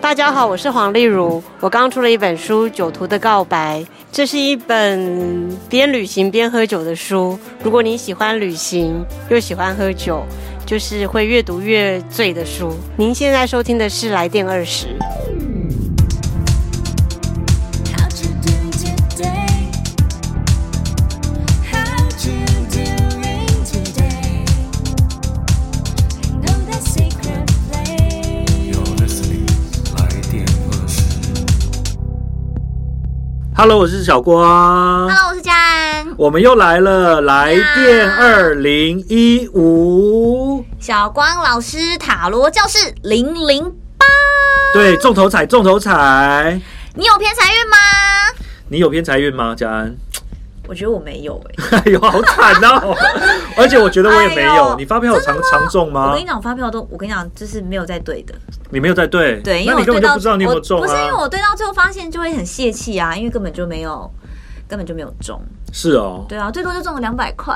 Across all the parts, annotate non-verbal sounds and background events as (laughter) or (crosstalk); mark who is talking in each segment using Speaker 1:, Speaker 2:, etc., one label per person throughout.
Speaker 1: 大家好，我是黄丽茹。我刚出了一本书《酒徒的告白》，这是一本边旅行边喝酒的书。如果你喜欢旅行又喜欢喝酒，就是会越读越醉的书。您现在收听的是《来电二十》。
Speaker 2: How'd you do today? How'd you doing today? I know that secret place.
Speaker 3: You're listening，来电二十。
Speaker 4: Hello，我是小郭。
Speaker 5: Hello，我是佳安。
Speaker 4: 我们又来了，来电二零一五。
Speaker 5: 小光老师塔罗教室零零八，
Speaker 4: 对，中头彩，中头彩。
Speaker 5: 你有偏财运吗？
Speaker 4: 你有偏财运吗，嘉安？
Speaker 5: 我觉得我没有哎、
Speaker 4: 哎 (laughs) 呦，好惨
Speaker 5: (laughs)
Speaker 4: 哦！而且我觉得我也没
Speaker 5: 哎
Speaker 4: 有。
Speaker 5: 呦
Speaker 4: 你发票有常常中
Speaker 5: 我
Speaker 4: 吗
Speaker 5: 跟你？讲，我发票都，我跟你讲，就是没有在对的。
Speaker 4: 你没有在对，
Speaker 5: 对，因
Speaker 4: 那你
Speaker 5: 为我
Speaker 4: 根
Speaker 5: 对
Speaker 4: 本就
Speaker 5: 到
Speaker 4: 不知道你有没有中
Speaker 5: 我不是因为
Speaker 4: 啊。
Speaker 5: 我对到最后发现就会很泄气啊，因为根本就没有，根本就没有中。
Speaker 4: 是哦，
Speaker 5: 对啊，最多就中了两百块。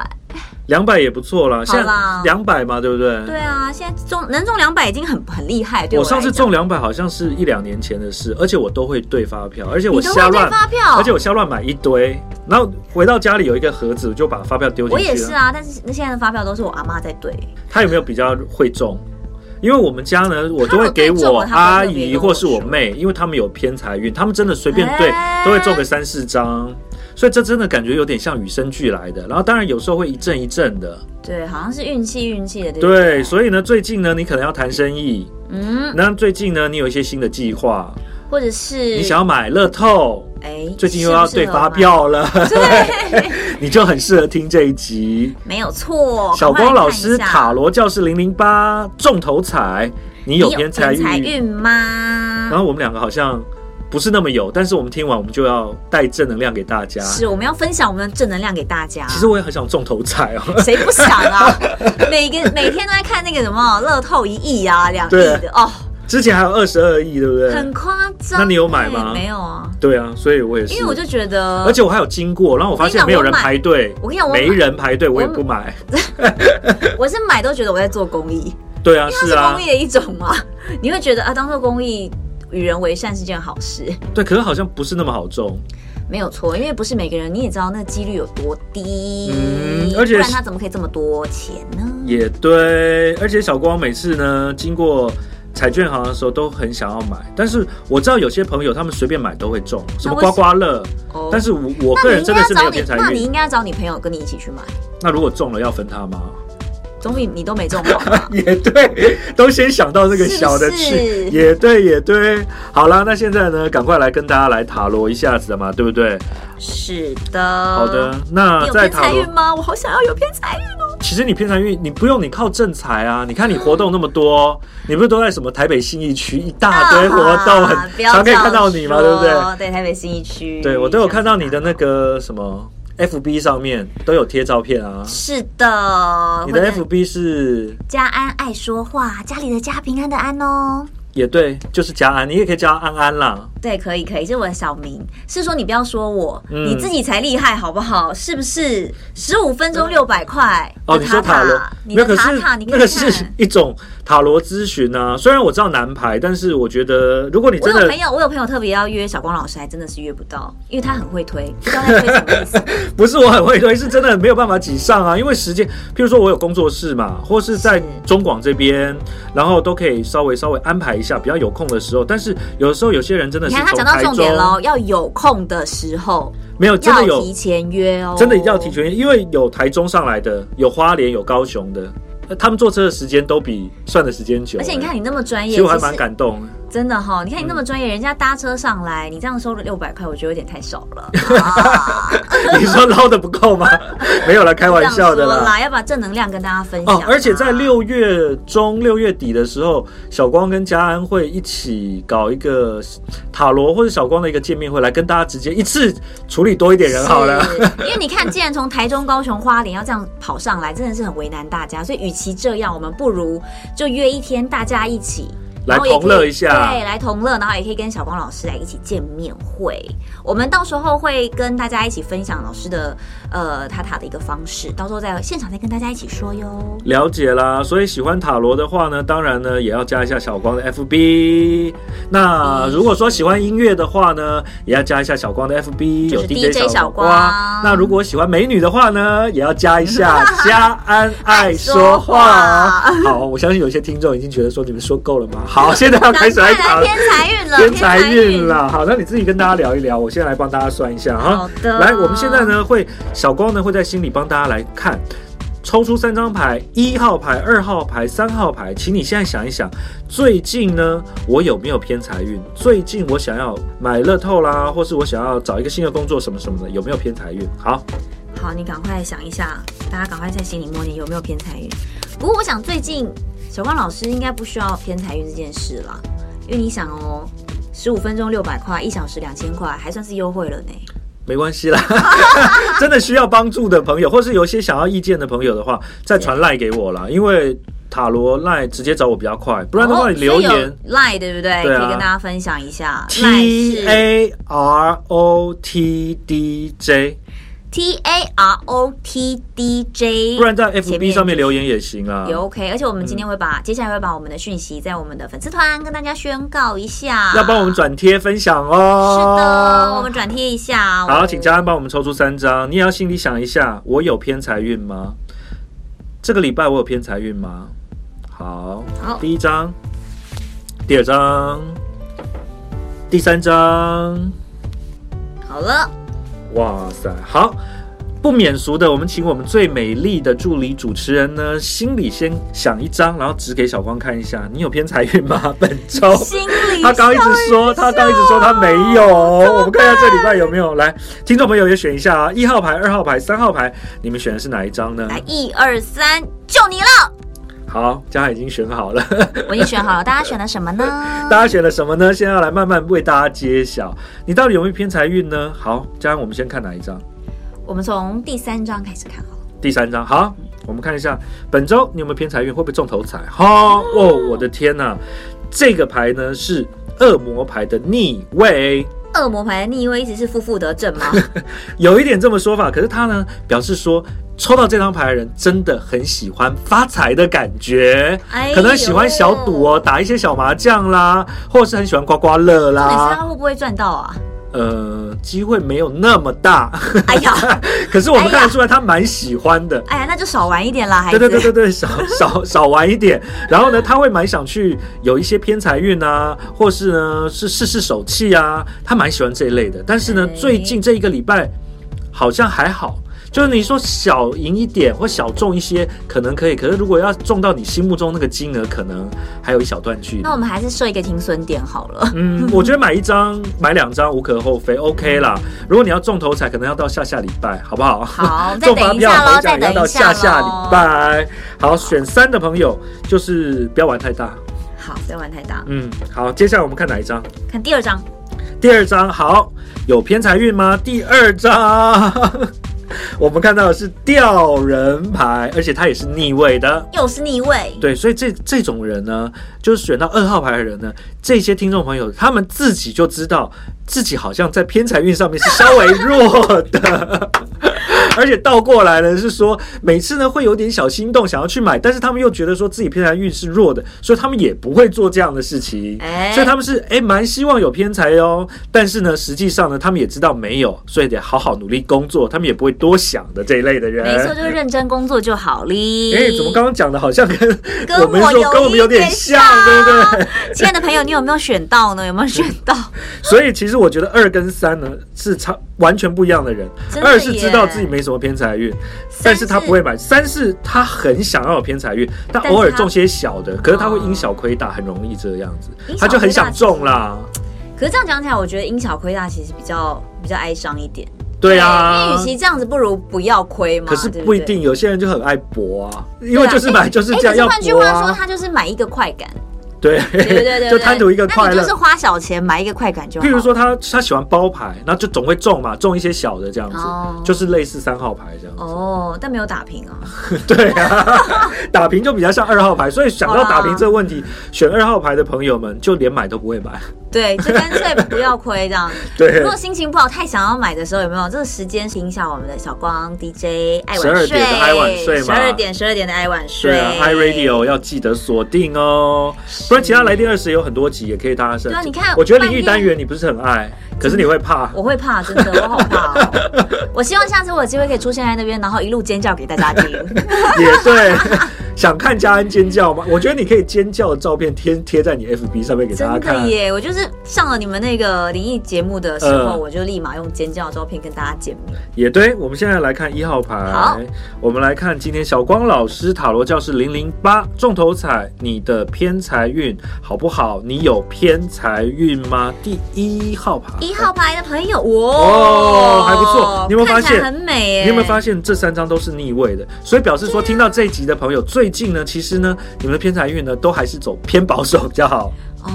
Speaker 4: 两百也不错啦，现在
Speaker 5: 啦
Speaker 4: 两百嘛，对不对？
Speaker 5: 对啊，现在中能中两百已经很很厉害。对
Speaker 4: 我
Speaker 5: 来
Speaker 4: 上次
Speaker 5: 讲
Speaker 4: 中两百好像是一两年前的事，而且我都会对发票，而且我
Speaker 5: 你都会
Speaker 4: 瞎乱
Speaker 5: 对发票
Speaker 4: 而且我瞎乱买一堆，然后回到家里有一个盒子，我就把发票丢进
Speaker 5: 我
Speaker 4: 去了。
Speaker 5: 也是啊，但是那现在的发票都是我阿妈在对。
Speaker 4: 他有没有比较会中？因为我们家呢，我都会给我阿姨或是我妹，因为他们有偏财运，他们真的随便对
Speaker 5: 哎
Speaker 4: 都会中个三四张，所以这真的感觉有点像与生俱来的。然后当然有时候会一阵一阵的，
Speaker 5: 对，好像是运气运气的，对不啊
Speaker 4: 对。所以呢，最近呢，你可能要谈生意，
Speaker 5: 嗯，
Speaker 4: 那最近呢，你有一些新的计划，
Speaker 5: 或者是
Speaker 4: 你想要买乐透，
Speaker 5: 哎，
Speaker 4: 最近又要对发
Speaker 5: 适合吗，
Speaker 4: 票了， (laughs) 你就很适合听这一集。
Speaker 5: 没有错。
Speaker 4: 小
Speaker 5: 光
Speaker 4: 光老师塔罗教室零零八中头彩，你有偏财
Speaker 5: 财
Speaker 4: 运。
Speaker 5: 运吗
Speaker 4: 然？后我们两个好像不是那么有，但是我们听完我们就要带正能量给大家。
Speaker 5: 是，啊我们要分享我们的正能量给大家。
Speaker 4: 其实我也很想中头彩哦， (laughs)
Speaker 5: 谁不想啊？ (laughs) 每个每天都在看那个什么乐透一亿啊、两亿
Speaker 4: 对
Speaker 5: 的哦，
Speaker 4: 之前还有二十二亿，对不对
Speaker 5: 很？夸张欸。
Speaker 4: 那你有买吗
Speaker 5: 没有啊，
Speaker 4: 对啊，所以我也是。
Speaker 5: 因为我就觉得，
Speaker 4: 而且我还有经过，然后我发现没有人排队，
Speaker 5: 我跟你讲我买
Speaker 4: 没人排队，我也
Speaker 5: 我
Speaker 4: 不买。
Speaker 5: 我是买都觉得我在做公益，
Speaker 4: 对啊，
Speaker 5: 它
Speaker 4: 是
Speaker 5: 是
Speaker 4: 啊
Speaker 5: 公益，的一种嘛。你会觉得啊，当做公益与人为善是件好事。
Speaker 4: 对，可是好像不是那么好中。
Speaker 5: 没有错，因为不是每个人，你也知道那几率有多低，
Speaker 4: 嗯而且
Speaker 5: 不然他怎么可以这么多钱呢？
Speaker 4: 也对，而且小光每次呢经过彩券行的时候都很想要买，但是我知道有些朋友他们随便买都会中，什么
Speaker 5: 那为
Speaker 4: 刮
Speaker 5: 什
Speaker 4: 刮乐，
Speaker 5: 哦
Speaker 4: 但是我我个
Speaker 5: 那
Speaker 4: 人
Speaker 5: 你应
Speaker 4: 真的
Speaker 5: 该要
Speaker 4: 是没
Speaker 5: 找
Speaker 4: 有
Speaker 5: 你
Speaker 4: 偏，财
Speaker 5: 那你
Speaker 4: 运。
Speaker 5: 应该要找你朋友跟你一起去买，
Speaker 4: 那如果中了要分他吗？？
Speaker 5: 总比你都没中好吧
Speaker 4: (laughs) 也对，都先想到这个小 (laughs) 的
Speaker 5: 是
Speaker 4: 事，
Speaker 5: 不是
Speaker 4: 也对，也对。好啦，那现在呢，赶快来跟大家来塔罗一下子的嘛，对不对？
Speaker 5: 是的，
Speaker 4: 好的，
Speaker 5: 你
Speaker 4: 那
Speaker 5: 有
Speaker 4: 啊在
Speaker 5: 偏
Speaker 4: 塔
Speaker 5: 财
Speaker 4: 罗
Speaker 5: 运，吗？我好想要有偏财运。
Speaker 4: 其实你偏财运，你不用你靠正财啊。你看你活动那么多，你不是都在什么台北信义区一大堆啊活动，
Speaker 5: (laughs) 啊不
Speaker 4: 很
Speaker 5: 要
Speaker 4: 常可以
Speaker 5: 这样
Speaker 4: 看到你嘛，
Speaker 5: 说
Speaker 4: 对不对？？
Speaker 5: 对，台北新一区，
Speaker 4: 对，我都有看到你的那
Speaker 5: 个。
Speaker 4: 个什么 FB 上面都有贴照片啊。
Speaker 5: 是的，
Speaker 4: 你的
Speaker 5: 会跟
Speaker 4: FB 是
Speaker 5: 家安爱说话，家里的家平安的安哦。
Speaker 4: 也对，就是佳安，你也可以叫她安安啦。
Speaker 5: 对，可以，可以，这是我的小名。是说你不要说我，
Speaker 4: 嗯
Speaker 5: 你自己才厉害，好不好？是不是？十五分钟六百块
Speaker 4: 嗯哦，你说塔罗，
Speaker 5: 你
Speaker 4: 没有
Speaker 5: 的塔
Speaker 4: 可是
Speaker 5: 塔，你可
Speaker 4: 那
Speaker 5: 以
Speaker 4: 个
Speaker 5: 看。
Speaker 4: 是一种塔罗咨询啊。虽然我知道难排，但是我觉得如果你
Speaker 5: 我
Speaker 4: 真
Speaker 5: 有
Speaker 4: 的
Speaker 5: 朋友，我有朋友特别要约小光老师，还真的是约不到，因为他很会推，不知道他推什么意思。
Speaker 4: 不是我很会推，是真的没有办法挤上啊，因为时间，譬如说我有工作室嘛，或是在
Speaker 5: 是
Speaker 4: 中广这边，然后都可以稍微稍微安排一下，比较有空的时候。但是有的时候有些人真的
Speaker 5: 你
Speaker 4: 是
Speaker 5: 看他
Speaker 4: 从
Speaker 5: 讲到
Speaker 4: 台
Speaker 5: 重
Speaker 4: 中
Speaker 5: 点，喽，要有空的时候，
Speaker 4: 没有真
Speaker 5: 要
Speaker 4: 的有
Speaker 5: 提前约哦，
Speaker 4: 真的要提。前，因为有台中上来的，有花莲，有高雄的，呃他们坐车的时间都比算的时间久、
Speaker 5: 而且你看
Speaker 4: 欸，
Speaker 5: 你那么专
Speaker 4: 其
Speaker 5: 业，
Speaker 4: 实我还
Speaker 5: 其实
Speaker 4: 蛮感嗯动的。
Speaker 5: 真的哈、你看你那么专业，人家搭车上来，你这样收了六百块，我觉得有点太少
Speaker 4: (laughs)
Speaker 5: 了。啊、
Speaker 4: 你说捞的不够吗？没有啦，开玩笑
Speaker 5: (laughs)
Speaker 4: 的
Speaker 5: 这样说
Speaker 4: 啦。
Speaker 5: 啦，要把正能量跟大家分享、啊
Speaker 4: 哦，而且在，六月中、六月底的时候，小光跟嘉安会一起搞一个塔罗或者小光的一个见面会，来跟大家直接一次处理多一点人好了。
Speaker 5: 是，因为你看，既然从台中、高雄、花莲要这样跑上来，真的是很为难大家。所以，与其这样，我们不如就约一天，大家一起
Speaker 4: 来
Speaker 5: 然后也可以
Speaker 4: 同乐一下
Speaker 5: 对，来同乐，然后也可以跟小光老师来一起见面会。我们到时候会跟大家一起分享老师的呃塔塔的一个方式，到时候在现场再跟大家一起说哟。
Speaker 4: 了解啦，所以喜欢塔罗的话呢，当然呢也要加一下小光的 FB。那如果说喜欢音乐的话呢，也要加一下小光的 FB，
Speaker 5: 就
Speaker 4: 有
Speaker 5: 是
Speaker 4: DJ
Speaker 5: 小
Speaker 4: 光。
Speaker 5: 光
Speaker 4: 那如果喜欢美女的话呢，也要加一下嘉安爱说话。好，我相信有些听众已经觉得说你们说够了吗？好，现在要开
Speaker 5: 赶
Speaker 4: 始
Speaker 5: (laughs) 快
Speaker 4: 来
Speaker 5: 来
Speaker 4: 讨
Speaker 5: 偏财运了，
Speaker 4: 偏财运。了。好，那你自己跟大家聊一聊，我现在来帮大家算一下哈。
Speaker 5: 好的
Speaker 4: 来，我们现在呢会小光呢会在心里帮大家来看。抽出三张牌，一号牌、二号牌、三号牌，请你现在想一想，最近呢，我有没有偏财运？最近我想要买乐透啦，或是我想要找一个新的工作什么什么的，有没有偏财运？好，
Speaker 5: 好，你赶快想一下，大家赶快在心里默念有没有偏财运。不过我想最近小光老师应该不需要偏财运这件事啦，因为你想哦，十五分钟六百块，一小时两千块，还算是优惠了呢。
Speaker 4: 没关系啦。 (laughs) 真的需要帮助的朋友，或是有些想要意见的朋友的话，再传赖给我
Speaker 5: 嗯
Speaker 4: 啦，因为塔罗赖直接找我比较快，不然的话你留
Speaker 5: 哦
Speaker 4: 言。
Speaker 5: 赖对不对？
Speaker 4: 对啊
Speaker 5: 可以跟大家分享一下。
Speaker 4: T
Speaker 5: Line 是
Speaker 4: A R O T D J，
Speaker 5: T A R O T D J，
Speaker 4: 不然在 F
Speaker 5: 嗯前
Speaker 4: B
Speaker 5: 面
Speaker 4: 上面留言也行啊。
Speaker 5: 也 OK。而且我们今天会把、接下来会把我们的讯息在我们的粉丝团跟大家宣告一下，
Speaker 4: 要帮我们。转贴分享哦。
Speaker 5: 是的，我们转贴一下哦。
Speaker 4: 好，请嘉安帮我们抽出三张，你也要心里想一下，我有偏财运吗？这个礼拜我有偏财运吗？好，
Speaker 5: 好
Speaker 4: 第一张，第二张，第三张，
Speaker 5: 好了，
Speaker 4: 哇塞，好。不免俗的，我们请我们最美丽的助理主持人呢，心里先想一张，然后指给小光看一下，你有偏财运吗？ (laughs) 本周
Speaker 5: 心
Speaker 4: (laughs)
Speaker 5: 里
Speaker 4: 他刚一
Speaker 5: 笑
Speaker 4: 直说，他刚一直说他没有，我们看一下这礼拜有没有来，听众朋友也选一下啊，一号牌、二号牌、三号牌，你们选的是哪一张呢？
Speaker 5: 来一二三，就你了！
Speaker 4: 好，嘉涵已经选好了， (laughs)
Speaker 5: 我已经选好了，大家选了什么呢？
Speaker 4: 大家选了什么呢？现在要来慢慢为大家揭晓，你到底有没有偏财运呢？好，嘉涵，我们先看哪一张？
Speaker 5: 我们从第三章开始看好了。
Speaker 4: 第三张，好，我们看一下本周你有没有偏财运，会不会中头彩？哈、哦，我的天呐、这个牌呢是恶魔牌的逆位，
Speaker 5: 恶魔牌的逆位一直是负负得
Speaker 4: (laughs)
Speaker 5: 正吗？
Speaker 4: 有一点这么说法，可是他呢表示说，抽到这张牌的人真的很喜欢发财的感觉，
Speaker 5: 哎呦
Speaker 4: 可能喜欢小赌哦，打一些小麻将啦，或是很喜欢刮刮乐
Speaker 5: 重点是他
Speaker 4: 啦，
Speaker 5: 哎会不会赚
Speaker 4: (laughs)
Speaker 5: 到啊？
Speaker 4: 呃，机会没有那么大， (laughs)
Speaker 5: 哎呀，
Speaker 4: 可是我们看得出来他蛮喜欢的。
Speaker 5: 哎呀，那就少玩一点啦，孩
Speaker 4: 对
Speaker 5: 子。
Speaker 4: 对对对对，
Speaker 5: (laughs)
Speaker 4: 少少少玩一点，然后呢，他会蛮想去有一些偏财运啊，或是呢是试试手气啊，他蛮喜欢这一类的。但是呢，
Speaker 5: 哎
Speaker 4: 最近这一个礼拜好像还好，就是你说小赢一点或小中一些，可能可以，可是如果要中到你心目中那个金额，可能还有一小段距离
Speaker 5: 那。我们还是设一个停损点好了。
Speaker 4: (laughs) 嗯，我觉得买一张、买两张无可厚非，OK 啦。如果你要中头彩，可能要到下下礼拜，好不好？ (laughs)
Speaker 5: 好啊再
Speaker 4: 中发
Speaker 5: 等一
Speaker 4: 票
Speaker 5: 下咯
Speaker 4: 头奖
Speaker 5: 再等
Speaker 4: 要
Speaker 5: 一
Speaker 4: 到
Speaker 5: 下
Speaker 4: 下下
Speaker 5: 咯
Speaker 4: 礼拜。好，选三的朋友就是不要玩太大。
Speaker 5: 好，不要玩太大。
Speaker 4: 嗯，好，接下来我们看哪一张？
Speaker 5: 看第二章，
Speaker 4: 第二张，好，有偏财运吗？第二张， (laughs) 我们看到的是吊人牌，而且它也是逆位的。
Speaker 5: 又是逆位。
Speaker 4: 对，所以这这种人呢，就是选到二号牌的人呢，这些听众朋友他们自己就知道自己好像在偏财运上面是稍微弱的， (laughs) 而且倒过来呢是说每次呢会有点小心动想要去买，但是他们又觉得说自己偏财运是弱的，所以他们也不会做这样的事情，
Speaker 5: 哎
Speaker 4: 所以他们是哎蛮希望有偏财哦，但是呢实际上呢他们也知道没有，所以得好好努力工作，他们也不会多想的这一类的人，
Speaker 5: 没错，就是认真工作就好哩。
Speaker 4: 哎、怎么刚刚讲的好像跟
Speaker 5: 跟
Speaker 4: 我们
Speaker 5: 我
Speaker 4: 说
Speaker 5: 有
Speaker 4: 跟我们
Speaker 5: 一
Speaker 4: 有点
Speaker 5: 点
Speaker 4: 像，
Speaker 5: 像
Speaker 4: 对不对？
Speaker 5: 亲爱的朋友，你有没有选到呢？有没有选到？
Speaker 4: 所以其实我觉得二跟三呢是差完全不一样的人。
Speaker 5: 真的
Speaker 4: 二是知道
Speaker 5: 耶
Speaker 4: 自己没什么偏财运，但是他不会买；三是他很想要有偏财运，但
Speaker 5: 但是
Speaker 4: 偶尔
Speaker 5: 他
Speaker 4: 中些小的，可是他会
Speaker 5: 哦
Speaker 4: 因小亏大，很容易这样子
Speaker 5: 因，
Speaker 4: 他
Speaker 5: 小
Speaker 4: 就很
Speaker 5: 亏大
Speaker 4: 想
Speaker 5: 其
Speaker 4: 中啦。
Speaker 5: 可是这样讲起来，我觉得因小亏大其实比较比较哀伤一点。
Speaker 4: 对
Speaker 5: 因为
Speaker 4: 啊
Speaker 5: 与，其这样子，不如不要亏嘛。
Speaker 4: 可是
Speaker 5: 对
Speaker 4: 不一
Speaker 5: 对
Speaker 4: 定，。有些人就很爱搏啊，因
Speaker 5: 对
Speaker 4: 为
Speaker 5: 啊
Speaker 4: 就是买就是
Speaker 5: 哎
Speaker 4: 这样
Speaker 5: 哎可
Speaker 4: 要
Speaker 5: 换句
Speaker 4: 搏
Speaker 5: 话说，
Speaker 4: 啊，
Speaker 5: 他就是买一个快感，
Speaker 4: 对
Speaker 5: 对对对
Speaker 4: (laughs)
Speaker 5: 对，
Speaker 4: 就贪图一个
Speaker 5: 那
Speaker 4: 快
Speaker 5: 你
Speaker 4: 乐
Speaker 5: 就是。花小钱买一个快感就好。
Speaker 4: 譬如说他他喜欢包牌，那就总会中嘛，中一些小的这样子，
Speaker 5: 哦
Speaker 4: 就是类似三号牌这样子。
Speaker 5: 哦，但没有打平啊，
Speaker 4: 对啊， (laughs) 打平就比较像二号牌，所以想到打平这个问题，选二号牌的朋友们就连买都不会买。
Speaker 5: 对，就干脆不要亏这样。
Speaker 4: (laughs) 对
Speaker 5: 如果心情不好，太想要买的时候，有没有这个时间听一下我们的小光 DJ 爱晚
Speaker 4: 12
Speaker 5: 睡？
Speaker 4: 点的爱晚睡
Speaker 5: 十
Speaker 4: 嘛
Speaker 5: 二点十二点的爱晚睡。
Speaker 4: 对啊，Hi Radio 要记得锁定哦，不然其他来电二十有很多集也可以大家是。
Speaker 5: 对啊你看
Speaker 4: 我觉得领
Speaker 5: 半
Speaker 4: 域
Speaker 5: 夜
Speaker 4: 单元你不是很爱，可是你会怕。
Speaker 5: 我会怕，真的，我好
Speaker 4: (laughs)
Speaker 5: 怕、哦。我希望下次我有机会可以出现在那边，然后一路尖叫给大家
Speaker 4: (laughs)
Speaker 5: 听。
Speaker 4: 也对，想看嘉恩尖叫吗？我觉得你可以尖叫的照片贴贴在你 FB 上面给大家
Speaker 5: 真的
Speaker 4: 看。啊
Speaker 5: 耶！我就是上了你们那个灵异节目的时候，
Speaker 4: 嗯
Speaker 5: 我就立马用尖叫的照片跟大家见面。
Speaker 4: 也对，我们现在来看一号
Speaker 5: 好
Speaker 4: 牌，我们来看今天小光老师塔罗教室零零八中头彩，你的偏财运好不好？你有偏财运吗？第一号牌，
Speaker 5: 一号牌的朋友，哇、
Speaker 4: 哦还不错你有没有发
Speaker 5: 看起来
Speaker 4: 现
Speaker 5: 很美耶？
Speaker 4: 你有没有发现这三张都是逆位的？所以表示说，听到这一集的朋友，最近呢，其实呢，你们的偏财运呢，都还是走偏保守比较好，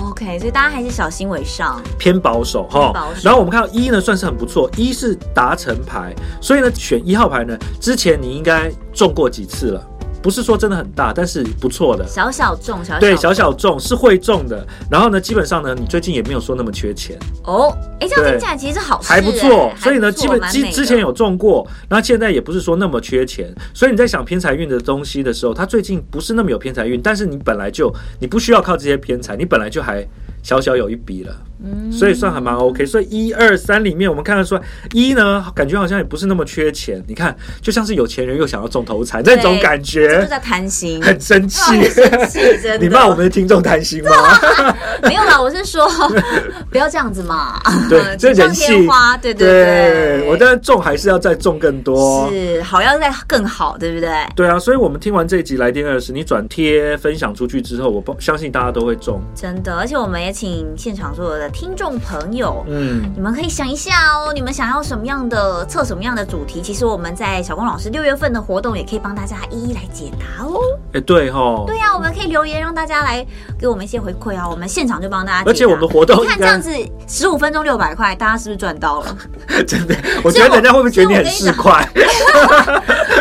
Speaker 5: OK，所以大家还是小心为上。
Speaker 4: 偏保守哈
Speaker 5: 偏保守。
Speaker 4: 然后我们看到一呢，算是很不错，一是达成牌，所以呢，选一号牌呢，之前你应该中过几次了，不是说真的很大，但是不错的。
Speaker 5: 小小众，小小
Speaker 4: 对，小小中是会中的，然后呢，基本上呢，你最近也没有说那么缺钱，
Speaker 5: 哦，哎，这样
Speaker 4: 对
Speaker 5: 听起来其实是好事耶，
Speaker 4: 还不错。所以呢，
Speaker 5: 还不错
Speaker 4: 基本
Speaker 5: 蛮
Speaker 4: 之
Speaker 5: 美的
Speaker 4: 之前有中过，然后现在也不是说那么缺钱，所以你在想偏财运的东西的时候，它最近不是那么有偏财运，但是你本来就你不需要靠这些偏财，你本来就还小小有一笔了，
Speaker 5: 嗯
Speaker 4: 所以算还蛮 OK。所以一二三里面，我们看得出来，一呢感觉好像也不是那么缺钱，你看就像是有钱人又想要中头彩那种
Speaker 5: 对
Speaker 4: 感
Speaker 5: 就是
Speaker 4: 觉，
Speaker 5: 在贪心，哦
Speaker 4: 很生气。
Speaker 5: 生气，真的。
Speaker 4: (laughs) 你骂我们的听众贪心吗？
Speaker 5: 没有啦，我是
Speaker 4: (laughs)
Speaker 5: 说不要这样子嘛，
Speaker 4: 对，这
Speaker 5: 啊锦上
Speaker 4: 人
Speaker 5: 添
Speaker 4: 性
Speaker 5: 花，对
Speaker 4: 对
Speaker 5: 对，
Speaker 4: 我当然种还是要再种更多。
Speaker 5: 是好要再更好，对不对？
Speaker 4: 对啊，所以我们听完这一集来电二十，你转贴分享出去之后，我不相信大家都会中。
Speaker 5: 真的，而且我们也请现场所有的听众朋友。
Speaker 4: 嗯，
Speaker 5: 你们可以想一下哦，你们想要什么样的测什么样的主题？其实我们在小光老师六月份的活动也可以帮大家一一来解答哦。
Speaker 4: 哎，对哈，
Speaker 5: 对啊呀、我们可以留言让大家来给我们一些回馈啊，我们现场就帮大家解答。
Speaker 4: 而且我们的活动
Speaker 5: 你看
Speaker 4: 应
Speaker 5: 这
Speaker 4: 该
Speaker 5: 样子，十五分钟六百块，大家是不是赚到了？
Speaker 4: (laughs) 真的，我觉得人家会不会觉得你很市侩？
Speaker 5: (laughs)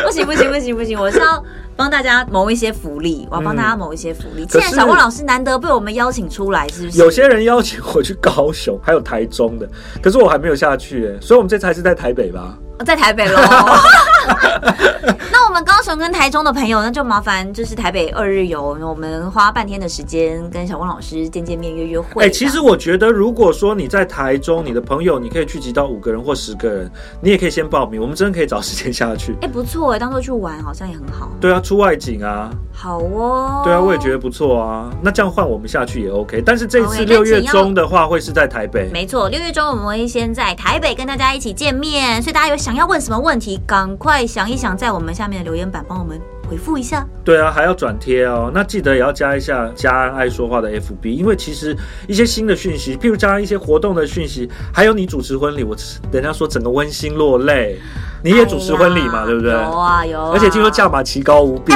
Speaker 5: 不行不行不行不行，我是要帮大家谋一些福利，我要帮大家谋一些福利。既然
Speaker 4: 可是
Speaker 5: 小郭老师难得被我们邀请出来，是不
Speaker 4: (laughs)
Speaker 5: 是？
Speaker 4: 有些人邀请我去高雄，还有台中的，可是我还没有下去，哎所以我们这次还是在台北吧。
Speaker 5: 哦在台北 (laughs) 喽。那我们高雄跟台中的朋友，那就麻烦就是台北二日游，我们花半天的时间跟小光老师见见面、约约会。
Speaker 4: 哎，其实我觉得，如果说你在台中，你的朋友你可以聚集到五个人或十个人，你也可以先报名，我们真的可以找时间下去。 (laughs)
Speaker 5: 哎、不错哎，当做去玩好像也很好。
Speaker 4: 对啊，出外景啊，
Speaker 5: 好哦。
Speaker 4: 对啊，我也觉得不错啊。那这样换我们下去也 OK，但是这
Speaker 5: 好诶
Speaker 4: 次
Speaker 5: 那
Speaker 4: 六月
Speaker 5: 只要
Speaker 4: 中的话会是在台北。
Speaker 5: 没错，六月中我们会先在台北跟大家一起见面，所以大家有想要问什么问题，赶快想一想，在我们下面的留言板帮我们回复一下。
Speaker 4: 对啊，还要转贴哦。那记得也要加一下嘉安爱说话的 FB，因为其实一些新的讯息，譬如加上一些活动的讯息，还有你主持婚礼，我人家说整个温馨落泪。你也主持婚礼嘛，
Speaker 5: 哎呀
Speaker 4: 对不对？
Speaker 5: 有啊有啊
Speaker 4: 而且听
Speaker 5: (laughs)
Speaker 4: 说价码奇高无比。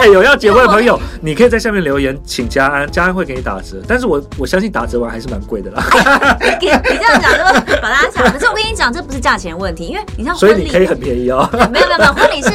Speaker 4: 哎，有要结婚的朋友，你可以在下面留言，请嘉安，嘉安会给你打折。但是我我相信打折完还是蛮贵的啦，
Speaker 5: 你你这样讲就把大家想，可是我跟你讲，这不是价钱问题，因为你知
Speaker 4: (laughs)
Speaker 5: 道
Speaker 4: 所以
Speaker 5: 啊婚
Speaker 4: 你
Speaker 5: 礼
Speaker 4: 可以很便宜哦。
Speaker 5: (laughs) 没有没有没有，婚礼是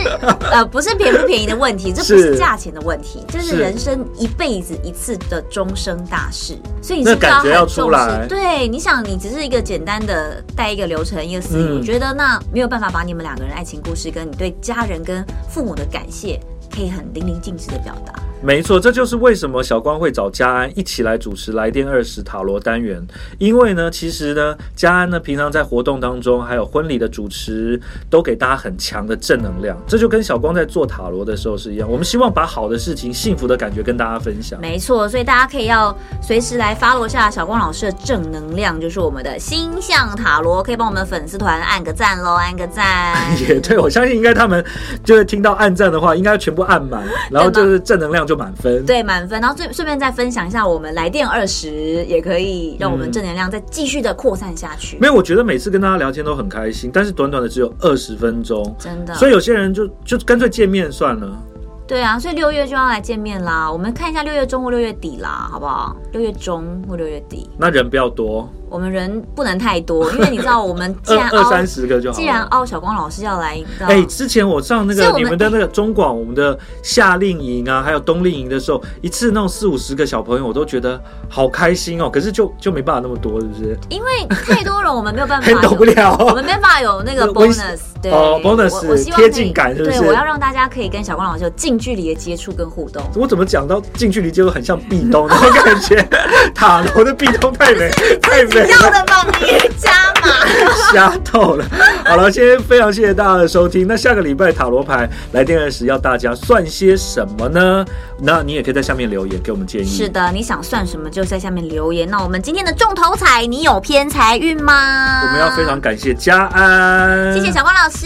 Speaker 5: 呃不是便不便宜的问题，这不是
Speaker 4: 是
Speaker 5: 价钱的问题，这是
Speaker 4: 是
Speaker 5: 人生一辈子一次的终生大事，所以你
Speaker 4: 那
Speaker 5: 是不是
Speaker 4: 感觉要
Speaker 5: 很
Speaker 4: 出
Speaker 5: 重视
Speaker 4: 来。
Speaker 5: 对，你想你只是一个简单的带一个流程一个司仪，
Speaker 4: 嗯
Speaker 5: 我觉得那没有办法把你们两个人爱情故事跟你对家人跟父母的感谢，可以很淋漓尽致的表达。
Speaker 4: 没错，这就是为什么小光会找嘉安一起来主持来电二十塔罗单元，因为呢，其实呢，嘉安呢平常在活动当中还有婚礼的主持，都给大家很强的正能量，这就跟小光在做塔罗的时候是一样。我们希望把好的事情、幸福的感觉跟大家分享。
Speaker 5: 没错，所以大家可以要随时来发罗下小光老师的正能量，就是我们的星象塔罗，可以帮我们粉丝团按个赞喽，按个赞。
Speaker 4: (laughs) (laughs) 也对，我相信应该他们就是听到暗赞的话，应该全部按满，然后就是正能量就满分。
Speaker 5: 对，满分。然后顺顺便再分享一下，我们来电二十也可以让我们
Speaker 4: 嗯
Speaker 5: 正能量再继续的扩散下去。
Speaker 4: 没有，我觉得每次跟大家聊天都很开心，但是短短的只有二十分钟，
Speaker 5: 真的，
Speaker 4: 所以有些人就就干脆见面算了。
Speaker 5: 对啊，所以六月就要来见面啦。我们看一下六月中或六月底啦，好不好？六月中或六月底，
Speaker 4: 那人不要多，
Speaker 5: 我们人不能太多，因为你知道我们既
Speaker 4: 二
Speaker 5: 然
Speaker 4: (laughs) 二
Speaker 5: 凹
Speaker 4: 三十个就好了。
Speaker 5: 既然凹小光老师要来到，
Speaker 4: 哎、之前我上那
Speaker 5: 所以
Speaker 4: 个
Speaker 5: 我们
Speaker 4: 你们的那个中广，我们的夏令营啊，还有冬令营的时候，一次弄四五十个小朋友，我都觉得好开心哦。可是就就没办法那么多，是不
Speaker 5: (laughs)
Speaker 4: 是？
Speaker 5: 因为太多人，我们没有
Speaker 4: (laughs)
Speaker 5: 办法
Speaker 4: 很懂不
Speaker 5: 有
Speaker 4: 了
Speaker 5: 哎我们没办法有那个
Speaker 4: 我我 (laughs)
Speaker 5: bonus，对，
Speaker 4: 哦，bonus，
Speaker 5: 我我希望可
Speaker 4: 贴
Speaker 5: 以
Speaker 4: 近感是不是
Speaker 5: 对，我要让大家可以跟小光老师有近距离的接触跟互动。
Speaker 4: 我怎么讲到近距离接触很像壁咚 (laughs) 那种感觉？塔罗的壁咚太
Speaker 5: (laughs)
Speaker 4: 美，太美了。
Speaker 5: 要的吧，你加码。
Speaker 4: 瞎透
Speaker 5: (laughs)
Speaker 4: 了。好了，今天非常谢谢大家的收听。那下个礼拜塔罗牌来电二十要大家算些什么呢？那你也可以在下面留言给我们建议。
Speaker 5: 是，的，你想算什么就在下面留言。那我们今天的重头彩，你有偏财运吗？
Speaker 4: 我们要非常感谢嘉安，
Speaker 5: 谢谢小。光老师。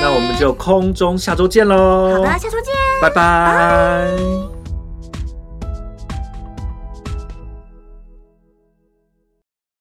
Speaker 4: 那我们就空中下周见喽。
Speaker 5: 好的，下周见。
Speaker 4: 拜拜